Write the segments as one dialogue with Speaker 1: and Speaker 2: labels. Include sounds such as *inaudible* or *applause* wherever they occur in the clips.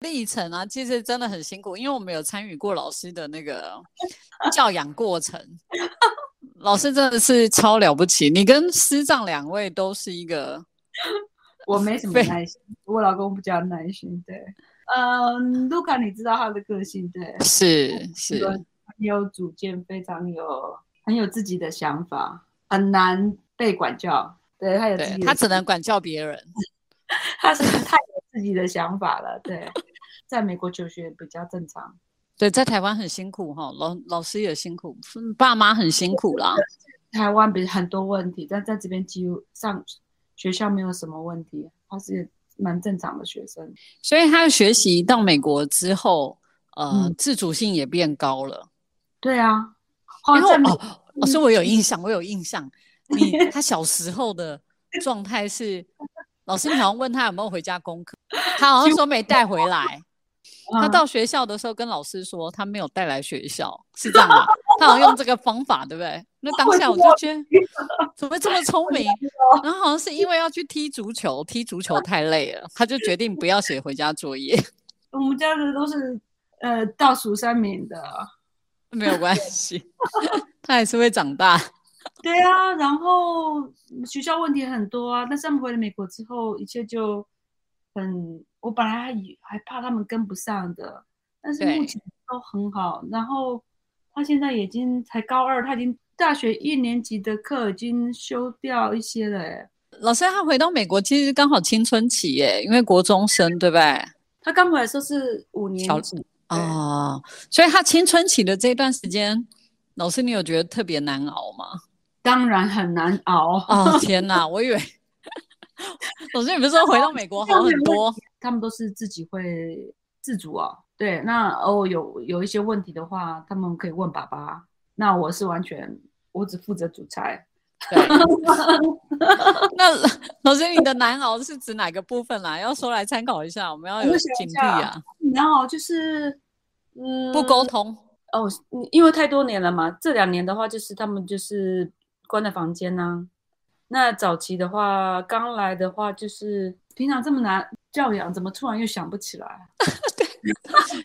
Speaker 1: 历程啊，其实真的很辛苦，因为我们有参与过老师的那个 *laughs* 教养过程，老师真的是超了不起。你跟师长两位都是一个，
Speaker 2: 我没什么耐心，我老公比较耐心。对，嗯，卢卡，你知道他的个性，对，
Speaker 1: 是是，
Speaker 2: 哦很有主见，非常有很有自己的想法，很难被管教。对他有自
Speaker 1: 对
Speaker 2: 己的
Speaker 1: 他只能管教别人。
Speaker 2: *laughs* 他是太有自己的想法了。对，在美国求学比较正常。
Speaker 1: 对，在台湾很辛苦哈，老老师也辛苦，嗯爸妈很辛苦啦。
Speaker 2: 台湾比很多问题，但在这边几乎上学校没有什么问题，他是蛮正常的学生。
Speaker 1: 所以他的学习到美国之后，呃，
Speaker 2: 嗯
Speaker 1: 自主性也变高了。
Speaker 2: 对啊，哦
Speaker 1: 因为
Speaker 2: 在美嗯
Speaker 1: 我哦，我说我有印象，我有印象，你他小时候的状态是，老师你好像问他有没有回家功课，他好像说没带回来。他
Speaker 2: *laughs* 嗯
Speaker 1: 到学校的时候跟老师说他没有带来学校，是这样吧？他好像用这个方法，对不对？那当下我就觉得怎么这么聪明？然后好像是因为要去踢足球，踢足球太累了，他就决定不要写回家作业， *laughs*
Speaker 2: 我们家的都是呃倒数三名的。
Speaker 1: 没有关系， *laughs* 他还是会长大。
Speaker 2: 对啊，然后嗯学校问题很多啊，但是他们回了美国之后，一切就很，我本来还以还怕他们跟不上的，但是目
Speaker 1: 对
Speaker 2: 前都很好。然后他现在已经才高二，他已经大学一年级的课已经修掉一些了耶。
Speaker 1: 老师他回到美国其实刚好青春期耶，因为国中生对不对？
Speaker 2: 他刚回来的时候是五年
Speaker 1: 小
Speaker 2: 级，对
Speaker 1: 哦，所以他青春期的这段时间，老师你有觉得特别难熬吗？
Speaker 2: 当然很难熬。
Speaker 1: 哦 *laughs* 天哪，我以为老师你不是说回到美国好很多？
Speaker 2: 他们都是自己会自主哦。对，那偶尔有有一些问题的话，他们可以问爸爸。那我是完全，我只负责煮菜。
Speaker 1: 对，那老师你的难熬是指哪个部分啦？要说来参考一下，我们要有
Speaker 2: 我想
Speaker 1: 警
Speaker 2: 一
Speaker 1: 惕
Speaker 2: 下
Speaker 1: 啊，
Speaker 2: 然后就是，嗯，
Speaker 1: 不沟通。
Speaker 2: 哦，因为太多年了嘛。这两年的话，就是他们就是关在房间呐、那早期的话，刚来的话，就是平常这么难教养，怎么突然又想不起来？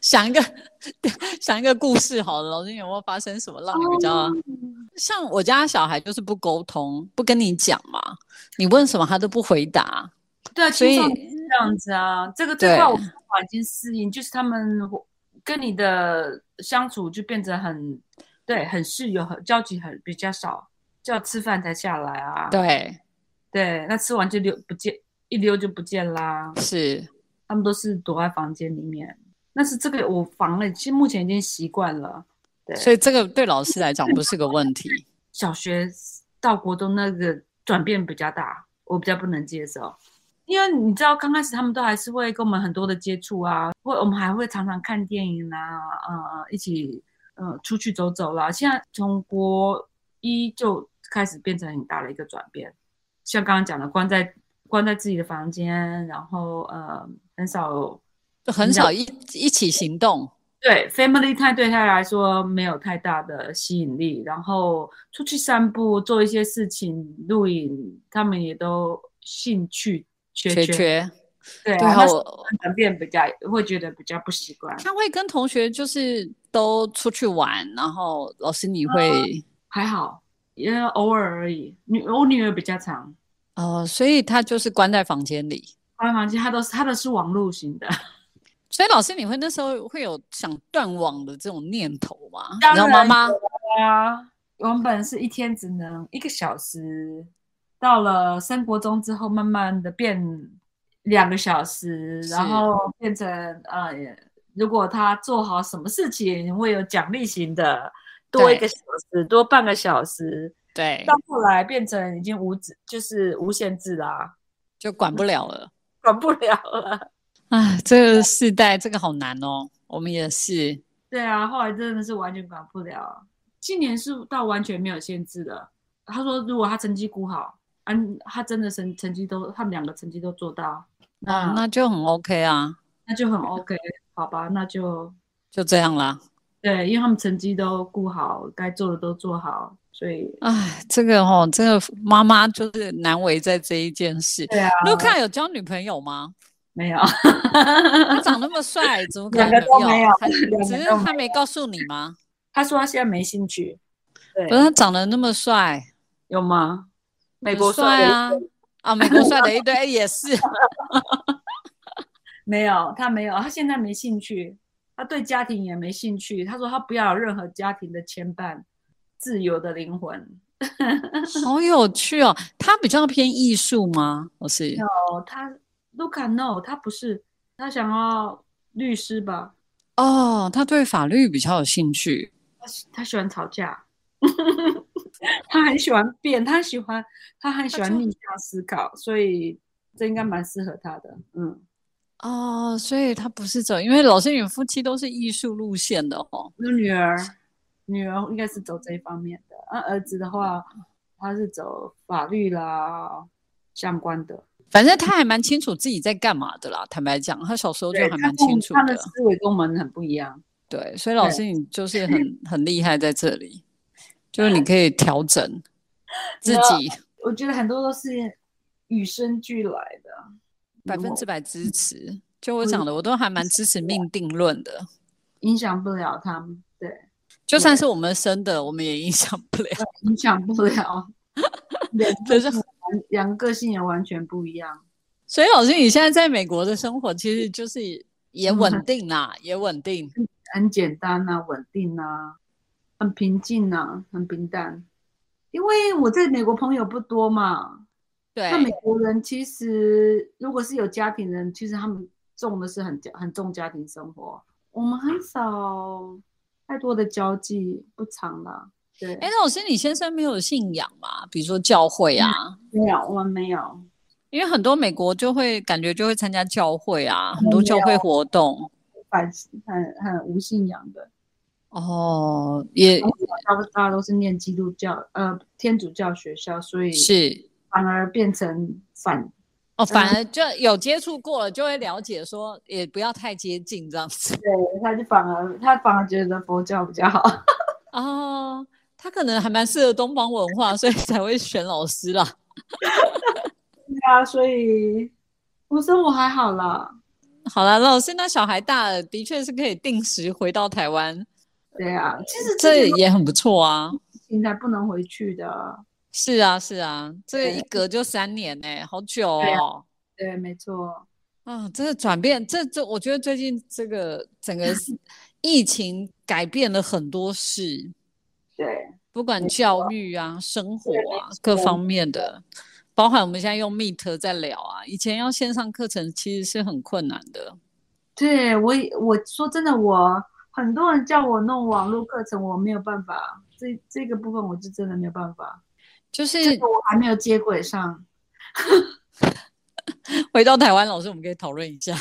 Speaker 1: 想一个 *laughs* 想一个故事好了，老师你有没有发生什么让你比较、嗯像我家小孩就是不沟通，不跟你讲嘛，你问什么他都不回答，
Speaker 2: 对啊，
Speaker 1: 所以
Speaker 2: 青少年是这样子啊，这个对
Speaker 1: 对
Speaker 2: 话我们无法已经适应，就是他们跟你的相处就变得很对，很室友，很交集很比较少，就要吃饭才下来啊。
Speaker 1: 对，
Speaker 2: 对那吃完就溜不见，一溜就不见啦。
Speaker 1: 是
Speaker 2: 他们都是躲在房间里面，但是这个我防了，其实目前已经习惯了。对，
Speaker 1: 所以这个对老师来讲不是个问题。
Speaker 2: 小学到国中那个转变比较大，我比较不能接受，因为你知道刚开始他们都还是会跟我们很多的接触啊，会我们还会常常看电影啦、呃，一起呃出去走走啦。现在从国一就开始变成很大的一个转变，像刚刚讲的，关在关在自己的房间，然后呃很少
Speaker 1: 就很少
Speaker 2: *laughs*
Speaker 1: 一一起行动，
Speaker 2: 对 family time 对他来说没有太大的吸引力，然后出去散步做一些事情，露营，他们也都兴趣缺
Speaker 1: 缺
Speaker 2: 缺。
Speaker 1: 缺。
Speaker 2: 对
Speaker 1: 对
Speaker 2: 啊，
Speaker 1: 啊，
Speaker 2: 那
Speaker 1: 我
Speaker 2: 转变比较会觉得比较不习惯，
Speaker 1: 他会跟同学就是都出去玩，然后老师你会
Speaker 2: 还好，因为偶尔而已。女我女儿比较长，
Speaker 1: 哦，所以他就是关在房间里。
Speaker 2: 关房间她都是她的是网路型的，
Speaker 1: 所以老师，你会那时候会有想断网的这种念头吗？
Speaker 2: 当
Speaker 1: 你知道
Speaker 2: 然
Speaker 1: 妈妈
Speaker 2: 啊，原本是一天只能一个小时，到了升国中之后，慢慢的变两个小时，
Speaker 1: 是
Speaker 2: 然后变成呃，如果他做好什么事情，会有奖励型的，多一
Speaker 1: 对
Speaker 2: 个小时，多半个小时，
Speaker 1: 对
Speaker 2: 到后来变成已经无止，就是无限制啦，
Speaker 1: 就管不了了。
Speaker 2: 管不了了。
Speaker 1: 啊，这个世代这个好难哦，我们也是。
Speaker 2: 对啊，后来真的是完全管不了。今年是到完全没有限制的。他说，如果他成绩估好，嗯、他真的成成绩都，他们两个成绩都做到，
Speaker 1: 哦
Speaker 2: 那，
Speaker 1: 那就很 OK 啊，
Speaker 2: 那就很 OK，好吧？那就
Speaker 1: 就这样啦。
Speaker 2: 对，因为他们成绩都估好，该做的都做好，所以
Speaker 1: 哎，这个哦，这个妈妈就是难为在这一件事。
Speaker 2: 对啊， *laughs*
Speaker 1: 卢卡有交女朋友吗？
Speaker 2: 没有，
Speaker 1: 他长那么帅，怎么可能
Speaker 2: 两个都
Speaker 1: 没
Speaker 2: 没有
Speaker 1: 他
Speaker 2: 两个
Speaker 1: 只是
Speaker 2: 都没
Speaker 1: 他没告诉你吗？
Speaker 2: 他说他现在没兴趣。对
Speaker 1: 可，是他长得那么帅，
Speaker 2: 有吗？美
Speaker 1: 很
Speaker 2: 国
Speaker 1: 帅
Speaker 2: 的
Speaker 1: 啊啊，美国帅的一堆哎也
Speaker 2: *laughs*
Speaker 1: 是，
Speaker 2: 没有，他没有，他现在没兴趣，他对家庭也没兴趣。他说他不要有任何家庭的牵绊，自由的灵魂。
Speaker 1: 好有趣哦。他比较偏艺术吗？我是
Speaker 2: 哦，他 Luca no，他不是，他想要律师吧？
Speaker 1: 哦，他对法律比较有兴趣。
Speaker 2: 他喜他喜欢吵架， *laughs* 他很喜欢变，他喜欢他很喜
Speaker 1: 他
Speaker 2: 欢
Speaker 1: 就
Speaker 2: 逆向思考，所以这应该蛮适合他的。嗯，
Speaker 1: 哦，所以他不是走，因为老师与夫妻都是艺术路线的哦。
Speaker 2: 那女儿，女儿应该是走这一方面的，那、儿子的话，他是走法律啦相关的。
Speaker 1: 反正他还蛮清楚自己在干嘛的啦。坦白讲，他小时候就
Speaker 2: 对
Speaker 1: 还
Speaker 2: 他
Speaker 1: 蛮清
Speaker 2: 跟我们
Speaker 1: 楚
Speaker 2: 他
Speaker 1: 的
Speaker 2: 的。思维跟我们很不一样。
Speaker 1: 对，所以老
Speaker 2: 对
Speaker 1: 师你就是很很厉害在这里，就是你可以调整自己，
Speaker 2: 我觉得很多都是与生俱来的，
Speaker 1: 百分
Speaker 2: 我
Speaker 1: 之百支持。就我
Speaker 2: 我
Speaker 1: 讲的，我都还蛮支持命定论的。
Speaker 2: 影响不了他们，对，
Speaker 1: 就算是我们生的，我们也影响不了。
Speaker 2: 影响不
Speaker 1: *laughs*
Speaker 2: 了。两
Speaker 1: 就
Speaker 2: 个
Speaker 1: 是
Speaker 2: 性完两个个性也完全不一样。
Speaker 1: 所以老师，你现在在美国的生活其实就是也
Speaker 2: 嗯
Speaker 1: 稳定啦，也稳定。
Speaker 2: 很简单啊，稳定啊，很平静啊，很平淡。因为我在美国朋友不多嘛，
Speaker 1: 对，
Speaker 2: 那美国人其实如果是有家庭人，其实他们重的是很家很重家庭生活，我们很少太多的交际，不长啦。对，
Speaker 1: 哎，那老师，你先生没有信仰吗？比如说教会啊，
Speaker 2: 没有，我们没有，
Speaker 1: 因为很多美国就会感觉就会参加教会啊，很多
Speaker 2: 没
Speaker 1: 教会活动
Speaker 2: 反很很无信仰的，
Speaker 1: 哦，也
Speaker 2: 大大家都是念基督教呃天主教学校，所以
Speaker 1: 是
Speaker 2: 反而变成反
Speaker 1: 哦，反而就有接触过了，就会了解说也不要太接近这样子 *laughs*
Speaker 2: 对，他就反而他反而觉得佛教比较好。 *laughs*
Speaker 1: 哦。他可能还蛮适合东方文化，所以才会选老师啦。
Speaker 2: 对啊，所以我生活还好啦。
Speaker 1: 好啦，老师，那小孩大了，的确是可以定时回到台湾，
Speaker 2: 对啊，其实
Speaker 1: 这
Speaker 2: 之前
Speaker 1: 也很不错啊。
Speaker 2: 现在不能回去的。
Speaker 1: 是啊，是啊，这
Speaker 2: 对
Speaker 1: 一隔就三年呢、好久
Speaker 2: 对啊
Speaker 1: 哦。
Speaker 2: 对，没错。
Speaker 1: 啊，这个转变，这这，我觉得最近这个整
Speaker 2: *laughs*
Speaker 1: 个疫情改变了很多事，
Speaker 2: 对，
Speaker 1: 不管教育啊、生活
Speaker 2: 对没
Speaker 1: 啊各
Speaker 2: 错
Speaker 1: 方面的，包含我们现在用 Meet 在聊啊，以前要线上课程其实是很困难的。
Speaker 2: 对我也我说真的，我很多人叫我弄网络课程，我没有办法。这这个部分我是真的没有办法，
Speaker 1: 就是
Speaker 2: 这个我还没有接轨上，
Speaker 1: 回到台湾，老师我们可以讨论一下。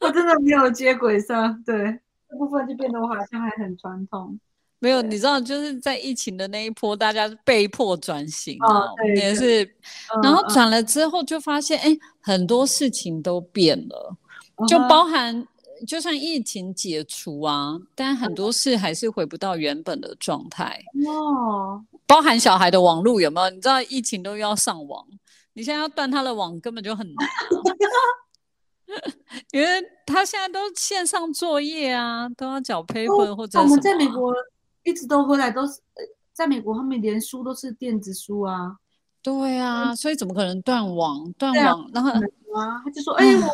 Speaker 2: 我真的没有接轨上。对，这部分就变得我好像还很传统。
Speaker 1: 没有，
Speaker 2: 对
Speaker 1: 你知道，就是在疫情的那一波，大家被迫转型
Speaker 2: 哦
Speaker 1: 啊，我们
Speaker 2: 对
Speaker 1: 也
Speaker 2: 对
Speaker 1: 是。然后
Speaker 2: 嗯
Speaker 1: 转了之后，就发现哎，很多事情都变了。
Speaker 2: 嗯
Speaker 1: 就
Speaker 2: 嗯哼
Speaker 1: 包含就算疫情解除啊，但很多事还是回不到原本的状态，
Speaker 2: 哦，
Speaker 1: 包含小孩的网络有没有？你知道疫情都要上网，你现在要断他的网根本就很难、啊， *laughs* 因为他现在都线上作业啊，都要缴 paper 或者
Speaker 2: 哦
Speaker 1: 什
Speaker 2: 我
Speaker 1: 么、
Speaker 2: 们在美，国一直都回来都是，呃在美国他们连书都是电子书啊，
Speaker 1: 对啊，所以怎么可能断网？断
Speaker 2: 对啊
Speaker 1: 网，然后
Speaker 2: 啊，他
Speaker 1: 嗯
Speaker 2: 就说，哎、我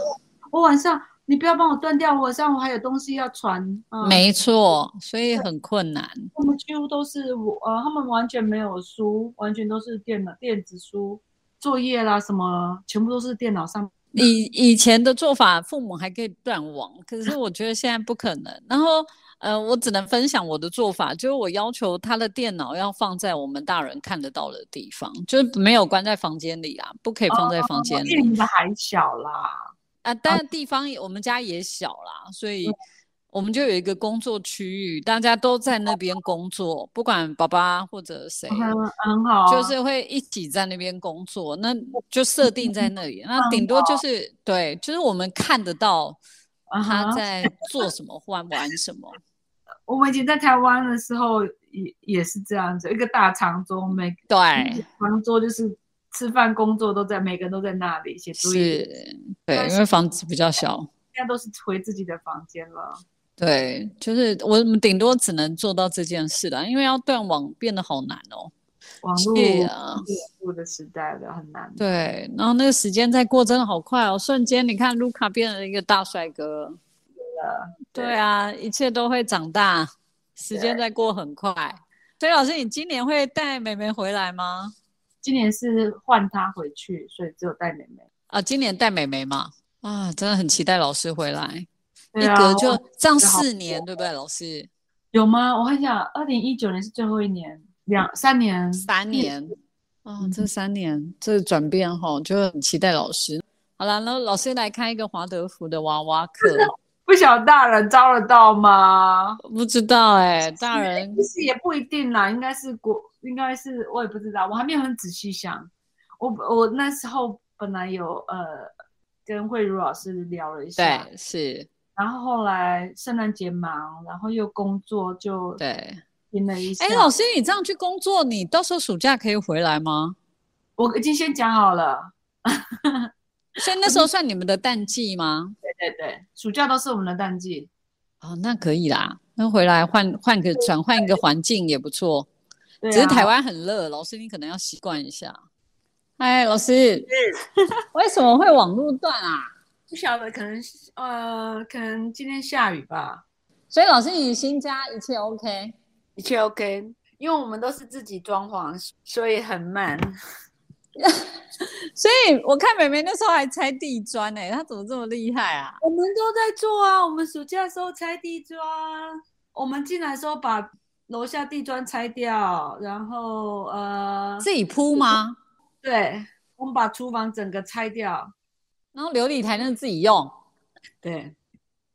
Speaker 2: 我晚上你不要帮我断掉，我晚上我还有东西要传。啊、，
Speaker 1: 没错，所以很困难。
Speaker 2: 他们几乎都是我，呃，他们完全没有书，完全都是电脑电子书，作业啦什么，全部都是电脑上。
Speaker 1: 以以前的做法，父母还可以断网，可是我觉得现在不可能。然后，呃，我只能分享我的做法，就是我要求他的电脑要放在我们大人看得到的地方，就是没有关在房间里啊，不可以放在房间
Speaker 2: 因
Speaker 1: 里、
Speaker 2: 为你们还小啦，
Speaker 1: 啊。但地方也我们家也小啦，所以我们就有一个工作区域，大家都在那边工作，不管爸爸或者谁。
Speaker 2: 很很好啊，
Speaker 1: 就是会一起在那边工作，那就设定在那里，那顶多就是对，就是我们看得到
Speaker 2: 嗯哼
Speaker 1: 他在做什么或玩什么。
Speaker 2: 我们以前在台湾的时候也也是这样子，一个大长桌，每
Speaker 1: 对，
Speaker 2: 嗯长桌就是吃饭、工作都在，每个人都在那里写作业。
Speaker 1: 是，对，
Speaker 2: 但
Speaker 1: 因为房子比较小，
Speaker 2: 现在都是回自己的房间了。
Speaker 1: 对，就是我们顶多只能做到这件事了，因为要断网变得好难哦。
Speaker 2: 网络
Speaker 1: 是啊，
Speaker 2: 网络的时代了，很难。
Speaker 1: 对，然后那个时间再过真的好快哦，瞬间你看卢卡变了一个大帅哥，
Speaker 2: 对
Speaker 1: 对啊，一切都会长大，时间在过很快。所以老师，你今年会带妹妹回来吗？
Speaker 2: 今年是换他回去，所以只有带妹妹。
Speaker 1: 啊，今年带妹妹吗？啊，真的很期待老师回来，
Speaker 2: 对
Speaker 1: 一
Speaker 2: 啊
Speaker 1: 隔就这样
Speaker 2: 就好
Speaker 1: 四年，对不对？老师，
Speaker 2: 有吗？我很想，二零一九年是最后一年，两三年，
Speaker 1: 嗯三年，哦，这
Speaker 2: 嗯
Speaker 1: 三年这个转变哈，就很期待老师。好了，那老师来开一个华德福的娃娃
Speaker 2: *laughs*
Speaker 1: 课，
Speaker 2: 不晓得大人招得到吗？
Speaker 1: 不知道哎、大
Speaker 2: *laughs*
Speaker 1: 人
Speaker 2: 其实也不一定啦，应该是国，应该是我也不知道，我还没有很仔细想。我我那时候本来有呃跟慧茹老师聊了一下，
Speaker 1: 对是，
Speaker 2: 然后后来圣诞节忙，然后又工作就
Speaker 1: 对。
Speaker 2: 停了一下。
Speaker 1: 哎、老师，你这样去工作，你到时候暑假可以回来吗？
Speaker 2: 我已经先讲好了，
Speaker 1: 所以那时
Speaker 2: 嗯
Speaker 1: 候算你们的淡季吗？
Speaker 2: 对对对，暑假都是我们的淡季，
Speaker 1: 哦，那可以啦，那回来换换个转换一个环境也不错。
Speaker 2: 对啊
Speaker 1: 只是台湾很热，老师你可能要习惯一下。嗨，老师， *laughs* 为什么会网路断啊？
Speaker 2: 不晓得，可能是呃，可能今天下雨吧，
Speaker 1: 所以老师，你新家一切 OK？
Speaker 2: 一切 OK，因为我们都是自己装潢，所以很慢。
Speaker 1: 所以我看美美那时候还拆地砖呢、她怎么这么厉害啊？
Speaker 2: 我们都在做啊，我们暑假的时候拆地砖，我们进来的时候把楼下地砖拆掉，然后呃，
Speaker 1: 自己铺吗？
Speaker 2: 对，我们把厨房整个拆掉，
Speaker 1: 然后琉璃台那是自己用。
Speaker 2: 对，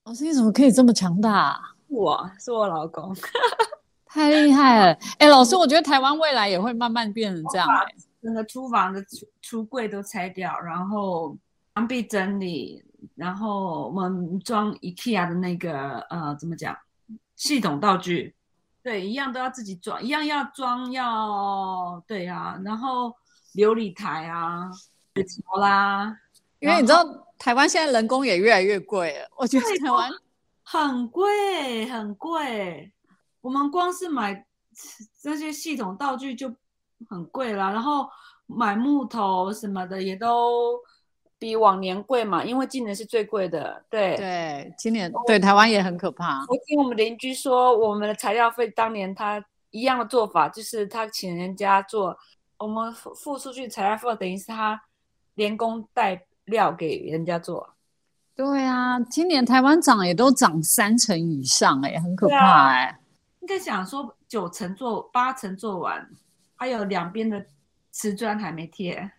Speaker 1: 老师，你怎么可以这么强大、啊？
Speaker 2: 我是我老公，
Speaker 1: 太厉害
Speaker 2: *laughs*
Speaker 1: 了！哎、老师，我觉得台湾未来也会慢慢变成这样、欸。
Speaker 2: 整个厨房的橱橱柜都拆掉，然后墙壁整理，然后我们装 IKEA 的那个呃，怎么讲，系统道具，对，一样都要自己装，一样要装要对啊，然后琉璃台啊，水槽啦，
Speaker 1: 因为你知道，台湾现在人工也越来越贵了。我觉得
Speaker 2: 对
Speaker 1: 台湾
Speaker 2: 很贵很贵，我们光是买这些系统道具就很贵啦，然后买木头什么的也都比往年贵嘛，因为今年是最贵的。对，
Speaker 1: 对今年对台湾也很可怕。
Speaker 2: 我听我们邻居说，我们的材料费当年他一样的做法，就是他请人家做，我们付付出去材料费，等于是他连工带料给人家做。
Speaker 1: 对啊，今年台湾涨也都涨三成以上、欸，哎，很可
Speaker 2: 对啊
Speaker 1: 怕、欸，哎、
Speaker 2: 应该想说九层做八层做完，还有两边的瓷砖还没贴。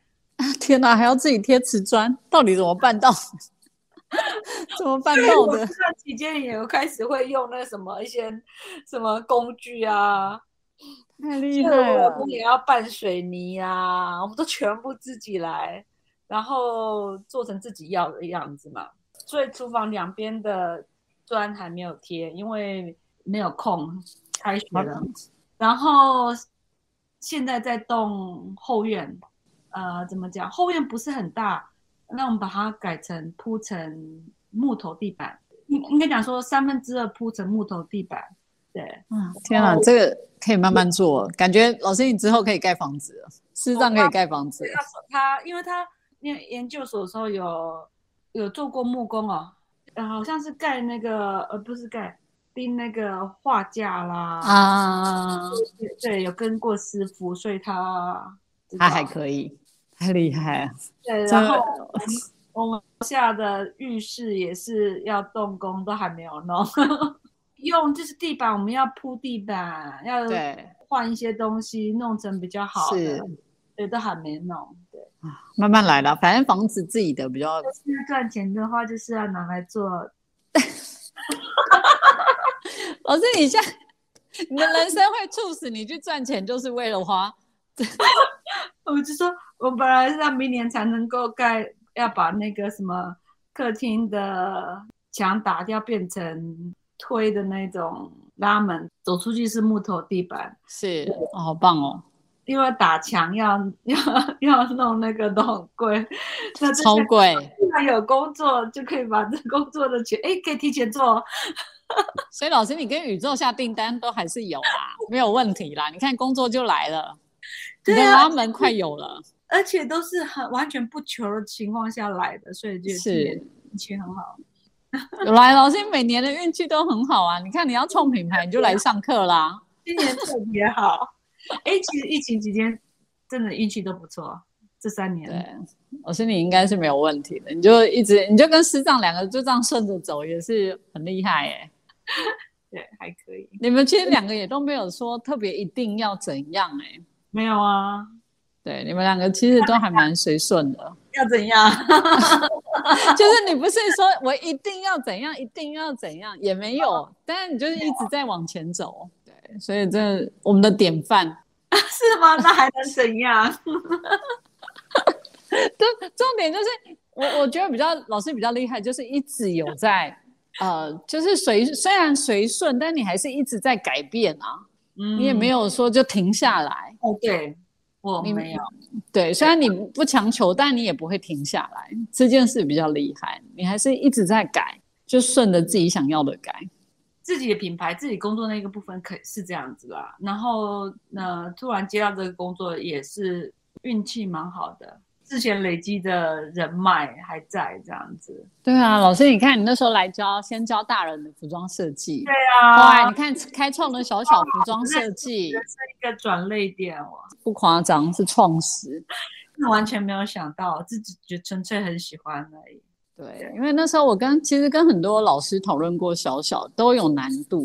Speaker 1: 天哪、还要自己贴瓷砖，到底怎么办到？ *laughs* 怎么办到
Speaker 2: 我
Speaker 1: 的
Speaker 2: *laughs* 这？段期间也有开始会用那什么一些什么工具啊，
Speaker 1: 太厉
Speaker 2: 因为
Speaker 1: 害
Speaker 2: *laughs*
Speaker 1: 啊
Speaker 2: 我
Speaker 1: 了
Speaker 2: 老！公也要拌水泥啊，我们都全部自己来，然后做成自己要的样子嘛。所以厨房两边的砖还没有贴，因为没有空，开学了。然后现在在动后院，呃，怎么讲？后院不是很大，那我们把它改成铺成木头地板，应应该讲说三分之二铺成木头地板，对，
Speaker 1: 啊天哪、这个可以慢慢做了，感觉老师你之后可以盖房子了，事实上可以盖房子
Speaker 2: 对
Speaker 1: 了。
Speaker 2: 他手他，因为他念研究所的时候有有做过木工哦，呃，好像是盖那个呃不是盖钉那个画架啦，
Speaker 1: 啊，
Speaker 2: 对对，有跟过师傅，所以他知
Speaker 1: 他
Speaker 2: 道
Speaker 1: 还可以，太厉害了！
Speaker 2: 对，啊
Speaker 1: 真
Speaker 2: 然
Speaker 1: 的
Speaker 2: 后我们我们楼下的浴室也是要动工，都还没有弄。 *laughs* 用就是地板，我们要铺地板，要
Speaker 1: 对，
Speaker 2: 换一些东西，弄成比较好的
Speaker 1: 是，
Speaker 2: 对，都还没弄。对，
Speaker 1: 慢慢来啦，反正房子自己的比
Speaker 2: *laughs*
Speaker 1: 较，
Speaker 2: 现在赚钱的话，就是要拿来做
Speaker 1: 老师你现在你的人生会促使你去赚钱，就是为了花。
Speaker 2: 我就说，我本来是要明年才能够盖，要把那个什么客厅的墙打掉，变成推的那种拉门，走出去是木头地板，
Speaker 1: 是，哦好棒哦，
Speaker 2: 因为打墙要要要弄那个都很贵，那这
Speaker 1: 超
Speaker 2: 些
Speaker 1: 贵，
Speaker 2: 进来快有工作，就可以把这工作的钱，哎，可以提前做哦。
Speaker 1: 所以老师，你跟宇宙下订单都还是有啦，没有问题啦。你看工作就来了，你的
Speaker 2: 对啊
Speaker 1: 拉门快有了，
Speaker 2: 而且都是很完全不求的情况下来的，所以就是运气很好。
Speaker 1: 有来。老师每年的运气都很好啊。你看你要冲品牌，你就来上课啦。
Speaker 2: 今年特别好。 *laughs* 哎、其实疫情期间真的运气都不错，这三年。
Speaker 1: 对，老师你应该是没有问题的，你就一直你就跟师长两个就这样顺着走，也是很厉害耶、
Speaker 2: 对还可以。
Speaker 1: 你们其实两个也都没有说特别一定要怎样哎、
Speaker 2: 没有啊，
Speaker 1: 对，你们两个其实都还蛮随顺的，
Speaker 2: 要怎样？
Speaker 1: 就是你不是说我一定要怎样，一定要怎样，也没有，但是你就是一直在往前走。对，所以这我们的典范，
Speaker 2: *laughs* 是吗？那还能怎样？
Speaker 1: 对， *laughs* 重点就是我我觉得比较老师比较厉害，就是一直有在，呃，就是随虽然随顺，但你还是一直在改变啊，*laughs*
Speaker 2: 嗯
Speaker 1: 你也没
Speaker 2: 有。
Speaker 1: 有说就停下来。
Speaker 2: 哦，对，我
Speaker 1: 你
Speaker 2: 没有。
Speaker 1: 对，虽然你不强求，但你也不会停下来，这件事比较厉害，你还是一直在改，就顺着自己想要的改。
Speaker 2: 自己的品牌、自己工作那个部分可是这样子啦。然后，呃，突然接到这个工作也是运气蛮好的，之前累积的人脉还在这样子。
Speaker 1: 对啊，老师，你看你那时候来教，先教大人的服装设计，
Speaker 2: 对
Speaker 1: 后来
Speaker 2: 啊，
Speaker 1: 你看开创了小小服装设计
Speaker 2: 也，是啊一个转泪点哦。
Speaker 1: 不夸张，是创始。
Speaker 2: 真的完全没有想到，自己就纯粹很喜欢而已。
Speaker 1: 对，因为那时候我跟其实跟很多老师讨论过，小小都有难度，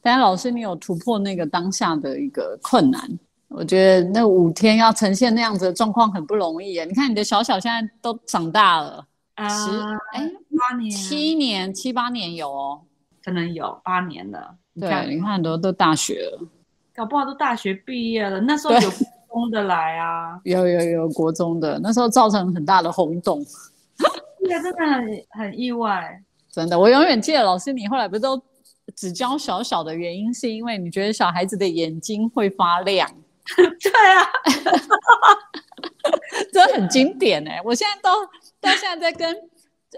Speaker 1: 但是老师你有突破那个当下的一个困难。我觉得那五天要呈现那样子的状况很不容易耶。你看你的小小现在都长大了，
Speaker 2: 啊
Speaker 1: 十哎
Speaker 2: 八年，
Speaker 1: 七年七八年有哦。
Speaker 2: 可能有八年了。你看
Speaker 1: 对，你看很多都大学了，
Speaker 2: 搞不好都大学毕业了，那时候
Speaker 1: 对
Speaker 2: 有空的来啊。
Speaker 1: *laughs* 有有有国中的，那时候造成很大的轰动。
Speaker 2: 这
Speaker 1: 啊
Speaker 2: 个真的很很意外，
Speaker 1: 真的，我永远记得老师，你后来不是都只教小小的原因，是因为你觉得小孩子的眼睛会发亮，
Speaker 2: 对啊，
Speaker 1: 这很经典哎、我现在都到现在在跟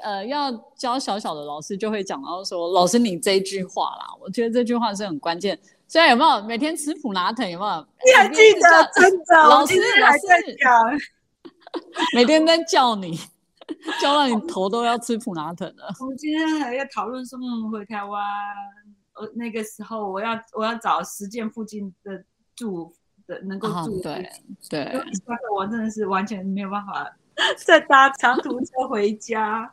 Speaker 1: 呃要教小小的老师，就会讲到说，老师你这一句话啦，我觉得这句话是很关键。虽然有没有每天吃普拿疼，有没有？ *laughs*
Speaker 2: 你还
Speaker 1: 每
Speaker 2: 记
Speaker 1: 天在
Speaker 2: 得
Speaker 1: 叫
Speaker 2: 真的？
Speaker 1: 老
Speaker 2: 我今
Speaker 1: 师
Speaker 2: 天
Speaker 1: 老
Speaker 2: 还在
Speaker 1: 师
Speaker 2: 讲， *laughs*
Speaker 1: 每天在叫你， *laughs* 叫到你头都要吃普拿疼了。
Speaker 2: 我们今天还在讨论说，嗯，回台湾，呃，那个时候我要我要找实践附近的住的能够
Speaker 1: 啊
Speaker 2: 住，的地
Speaker 1: 对对
Speaker 2: 因为那个我真的是完全没有办法 *laughs* 再搭长途车回家。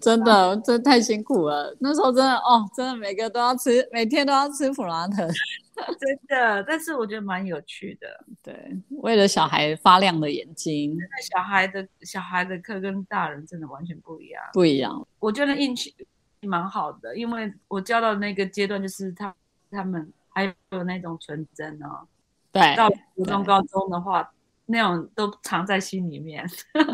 Speaker 1: 真的，真太辛苦了。那时候真的哦，真的每个都要吃，每天都要吃普拉腾。
Speaker 2: 真的，但是我觉得蛮有趣的。
Speaker 1: 对，为了小孩发亮的眼睛
Speaker 2: 那小孩的小孩的课跟大人真的完全不一样。
Speaker 1: 不一样。
Speaker 2: 我觉得运气蛮好的，因为我教到那个阶段，就是他他们还有那种纯真哦。
Speaker 1: 对，
Speaker 2: 到初中、
Speaker 1: 哎对
Speaker 2: 高中的话，那种都藏在心里面。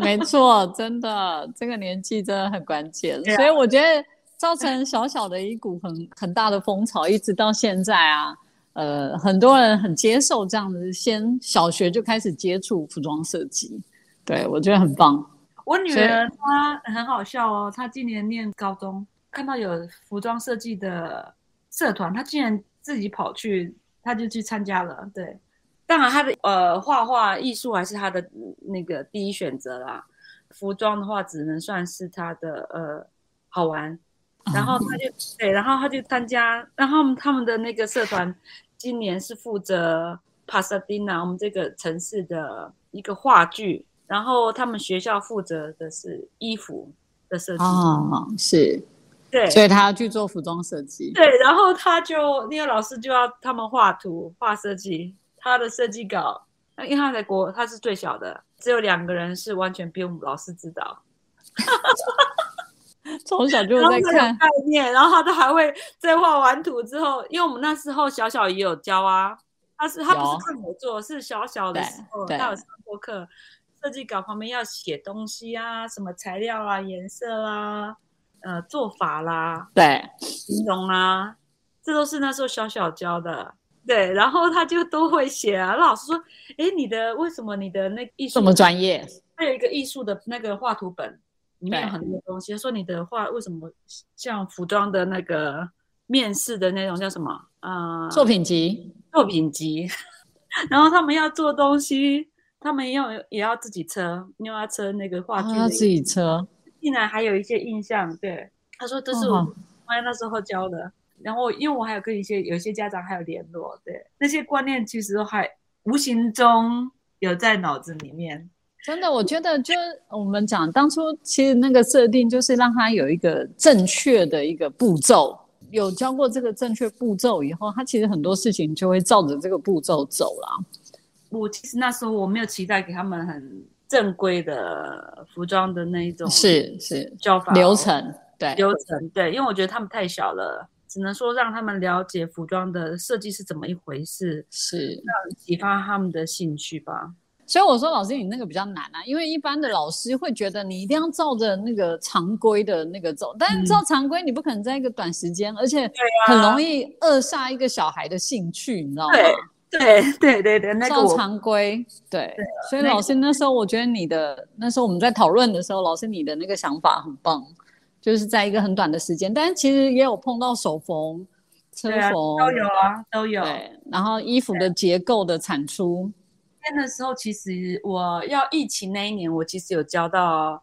Speaker 1: 没错，真的，这个年纪真的很关键。
Speaker 2: 对啊
Speaker 1: 所以我觉得造成小小的一股很很大的风潮，一直到现在啊。呃，很多人很接受这样子，先小学就开始接触服装设计，对我觉得很棒。
Speaker 2: 我女
Speaker 1: 所以
Speaker 2: 儿她很好笑哦，她今年念高中，看到有服装设计的社团，她竟然自己跑去，她就去参加了。对，当然她的呃画画艺术还是她的嗯那个第一选择啦，服装的话只能算是她的呃好玩。
Speaker 1: 哦
Speaker 2: 然后她就对，然后她就参加，然后他们他们的那个社团今年是负责帕萨丁娜我们这个城市的一个话剧，然后他们学校负责的是衣服的设计，
Speaker 1: 啊，是，
Speaker 2: 对
Speaker 1: 所以他要去做服装设计。
Speaker 2: *laughs* 对，然后他就那个老师就要他们画图、画设计，他的设计稿，因为他在国他是最小的，只有两个人是完全不用老师指导，
Speaker 1: 从小就
Speaker 2: 然后
Speaker 1: 在
Speaker 2: 他有
Speaker 1: 看，
Speaker 2: 概念，然后他都还会在画完图之后，因为我们那时候小小也有教啊，他是他不
Speaker 1: 有
Speaker 2: 是看我做，是小小的
Speaker 1: 对
Speaker 2: 时候
Speaker 1: 对
Speaker 2: 他有上过课，设计稿旁边要写东西啊，什么材料啊、颜色啊、呃做法啦、
Speaker 1: 对，
Speaker 2: 形容啊，这都是那时候小小教的。对，然后他就都会写啊。老师说：“哎，你的为什么你的那艺术
Speaker 1: 这么专业，
Speaker 2: 他有一个艺术的那个画图本，里面有很多东西。他说你的话为什么像服装的那个面试的那种叫什么啊、呃
Speaker 1: 作品集，
Speaker 2: 作品集， *laughs* 然后他们要做东西，他们要也要自己车，又要车那个话剧的
Speaker 1: 他啊自己车，
Speaker 2: 竟然还有一些印象。对，他说这是
Speaker 1: 嗯
Speaker 2: 我妈那时候教的。然后因为我还有跟一些有些家长还有联络，对那些观念其实都还无形中有在脑子里面。
Speaker 1: 真的，我觉得就是我们讲当初其实那个设定就是让他有一个正确的一个步骤，有教过这个正确步骤以后，他其实很多事情就会照着这个步骤走啦。
Speaker 2: 我其实那时候我没有期待给他们很正规的服装的那一种
Speaker 1: 是是
Speaker 2: 教法哦
Speaker 1: 流程，对
Speaker 2: 流程，对，因为我觉得他们太小了。只能说让他们了解服装的设计是怎么一回事，
Speaker 1: 是。
Speaker 2: 让启发他们的兴趣吧。
Speaker 1: 所以我说，老师你那个比较难啊，因为一般的老师会觉得你一定要照着那个常规的那个走，但是照常规你不可能在一个短时间，而且很容易扼杀一个小孩的兴趣，你知道吗？
Speaker 2: 对对对对，那个
Speaker 1: 照
Speaker 2: 我啊
Speaker 1: 常规，对。所以
Speaker 2: 那个
Speaker 1: 老师那时候我觉得你的那时候我们在讨论的时候，老师你的那个想法很棒，就是在一个很短的时间，但是其实也有碰到手缝、车
Speaker 2: 对啊
Speaker 1: 缝，
Speaker 2: 都有啊，都有。
Speaker 1: 哦对，然后衣服的结构的产出，
Speaker 2: 那的时候，其实我要疫情那一年，我其实有教到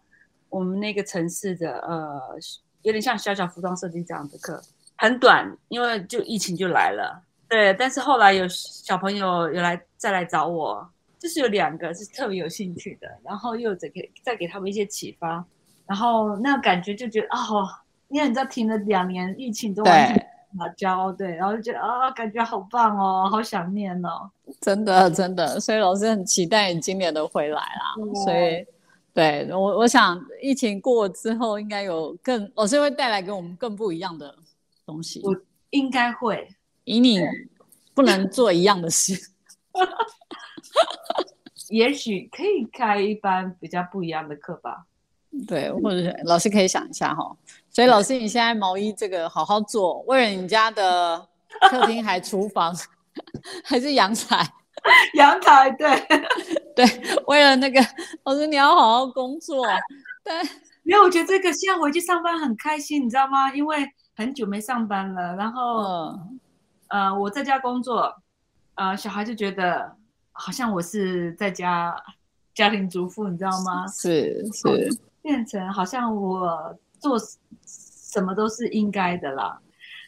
Speaker 2: 我们那个城市的呃，有点像小小服装设计这样的课，很短，因为就疫情就来了。对，但是后来有小朋友有来再来找我，就是有两个是特别有兴趣的，然后又再给再给他们一些启发，然后那个感觉就觉得啊、哦，因为你知道停了两年，疫情都完全
Speaker 1: 对
Speaker 2: 没法教，对，然后就觉得啊、感觉好棒哦，好想念哦。
Speaker 1: 真的真的，所以老师很期待你今年的回来啦。
Speaker 2: 对
Speaker 1: 所以，对我我想疫情过之后，应该有更老师会带来给我们更不一样的东西。
Speaker 2: 我应该会，
Speaker 1: 以你不能做一样的事，
Speaker 2: 也许可以开一班比较不一样的课吧。
Speaker 1: 对，或者是老师可以想一下哈。所以老师，你现在毛衣这个好好做，为了你家的客厅还厨房 *laughs* 还是阳台，
Speaker 2: 阳台对， *laughs*
Speaker 1: 对，为了那个老师你要好好工作，但
Speaker 2: 没有，我觉得这个现在回去上班很开心，你知道吗？因为很久没上班了，然后
Speaker 1: 嗯，
Speaker 2: 呃，我在家工作，呃，小孩就觉得好像我是在家家庭主妇，你知道吗？
Speaker 1: 是是。
Speaker 2: 变成好像我做什么都是应该的啦。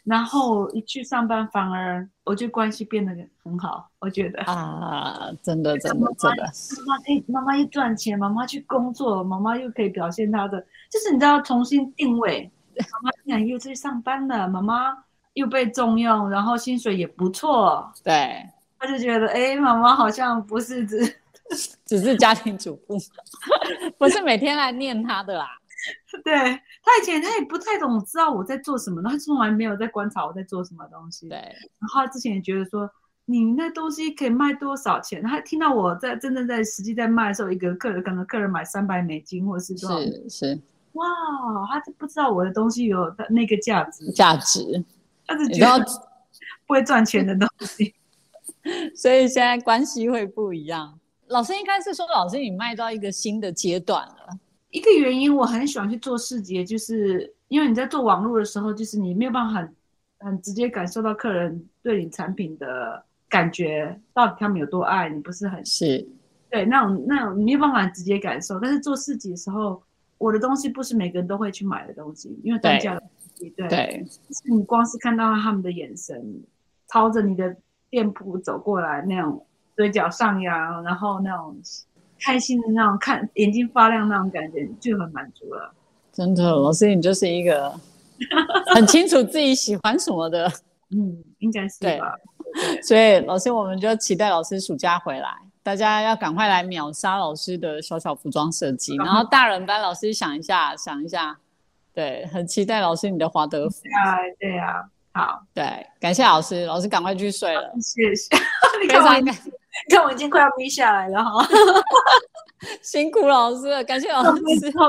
Speaker 2: 然后一去上班，反而我觉得关系变得很好，我觉得。
Speaker 1: 啊，真的，真的，真的，
Speaker 2: 妈妈，哎，妈妈又赚钱，妈妈去工作，妈妈又可以表现她的，就是你知道重新定位。妈妈竟然又去上班了，妈妈又被重用，然后薪水也不错，
Speaker 1: 对，
Speaker 2: 她就觉得，哎，妈妈好像不是只， *laughs*
Speaker 1: 只是家庭主妇， *laughs* 不是每天来念他的啦。
Speaker 2: 对她以前她也不太懂知道我在做什么，她从来没有在观察我在做什么东西。
Speaker 1: 对，
Speaker 2: 然后他之前也觉得说，你那东西可以卖多少钱？他听到我在真正在实际在卖的时候，一个客人可能客人买三百美金或者是多少，
Speaker 1: 是是，
Speaker 2: 哇，他都不知道我的东西有那个价值，
Speaker 1: 价值，
Speaker 2: 他只
Speaker 1: 你
Speaker 2: 觉
Speaker 1: 知道
Speaker 2: 得，不会赚钱的东西。 *laughs*
Speaker 1: 所以现在关系会不一样。老师应该是说，老师你迈到一个新的阶段了，
Speaker 2: 一个原因我很喜欢去做市集，就是因为你在做网络的时候，就是你没有办法很很直接感受到客人对你产品的感觉，到底他们有多爱你，不是很
Speaker 1: 是
Speaker 2: 对，那种那种没有办法直接感受，但是做市集的时候，我的东西不是每个人都会去买的东西，因为单价的关系对，
Speaker 1: 对，
Speaker 2: 就是你光是看到他们的眼神，朝着你的店铺走过来那种嘴角上扬，然后那种开心的那种看眼睛发亮那种感觉，就很满足了。
Speaker 1: 真的，老师你就是一个很清楚自己喜欢什么的， *laughs*
Speaker 2: 嗯，应该是
Speaker 1: 对
Speaker 2: 吧？
Speaker 1: 所以老师我们就期待老师暑假回来。大家要赶快来秒杀老师的小小服装设计，然后大人班老师想一下，想一下，对，很期待老师你的华德福。
Speaker 2: 对啊，对啊，好，
Speaker 1: 对，感谢老师，老师赶快去睡了，
Speaker 2: 谢谢。 *laughs* 你
Speaker 1: 非
Speaker 2: 看我
Speaker 1: 常
Speaker 2: 已经，
Speaker 1: 感
Speaker 2: 你 *laughs* 看我已经快要眯下来了哈。
Speaker 1: 辛苦老师了，感谢老
Speaker 2: 上班
Speaker 1: 师
Speaker 2: 之。后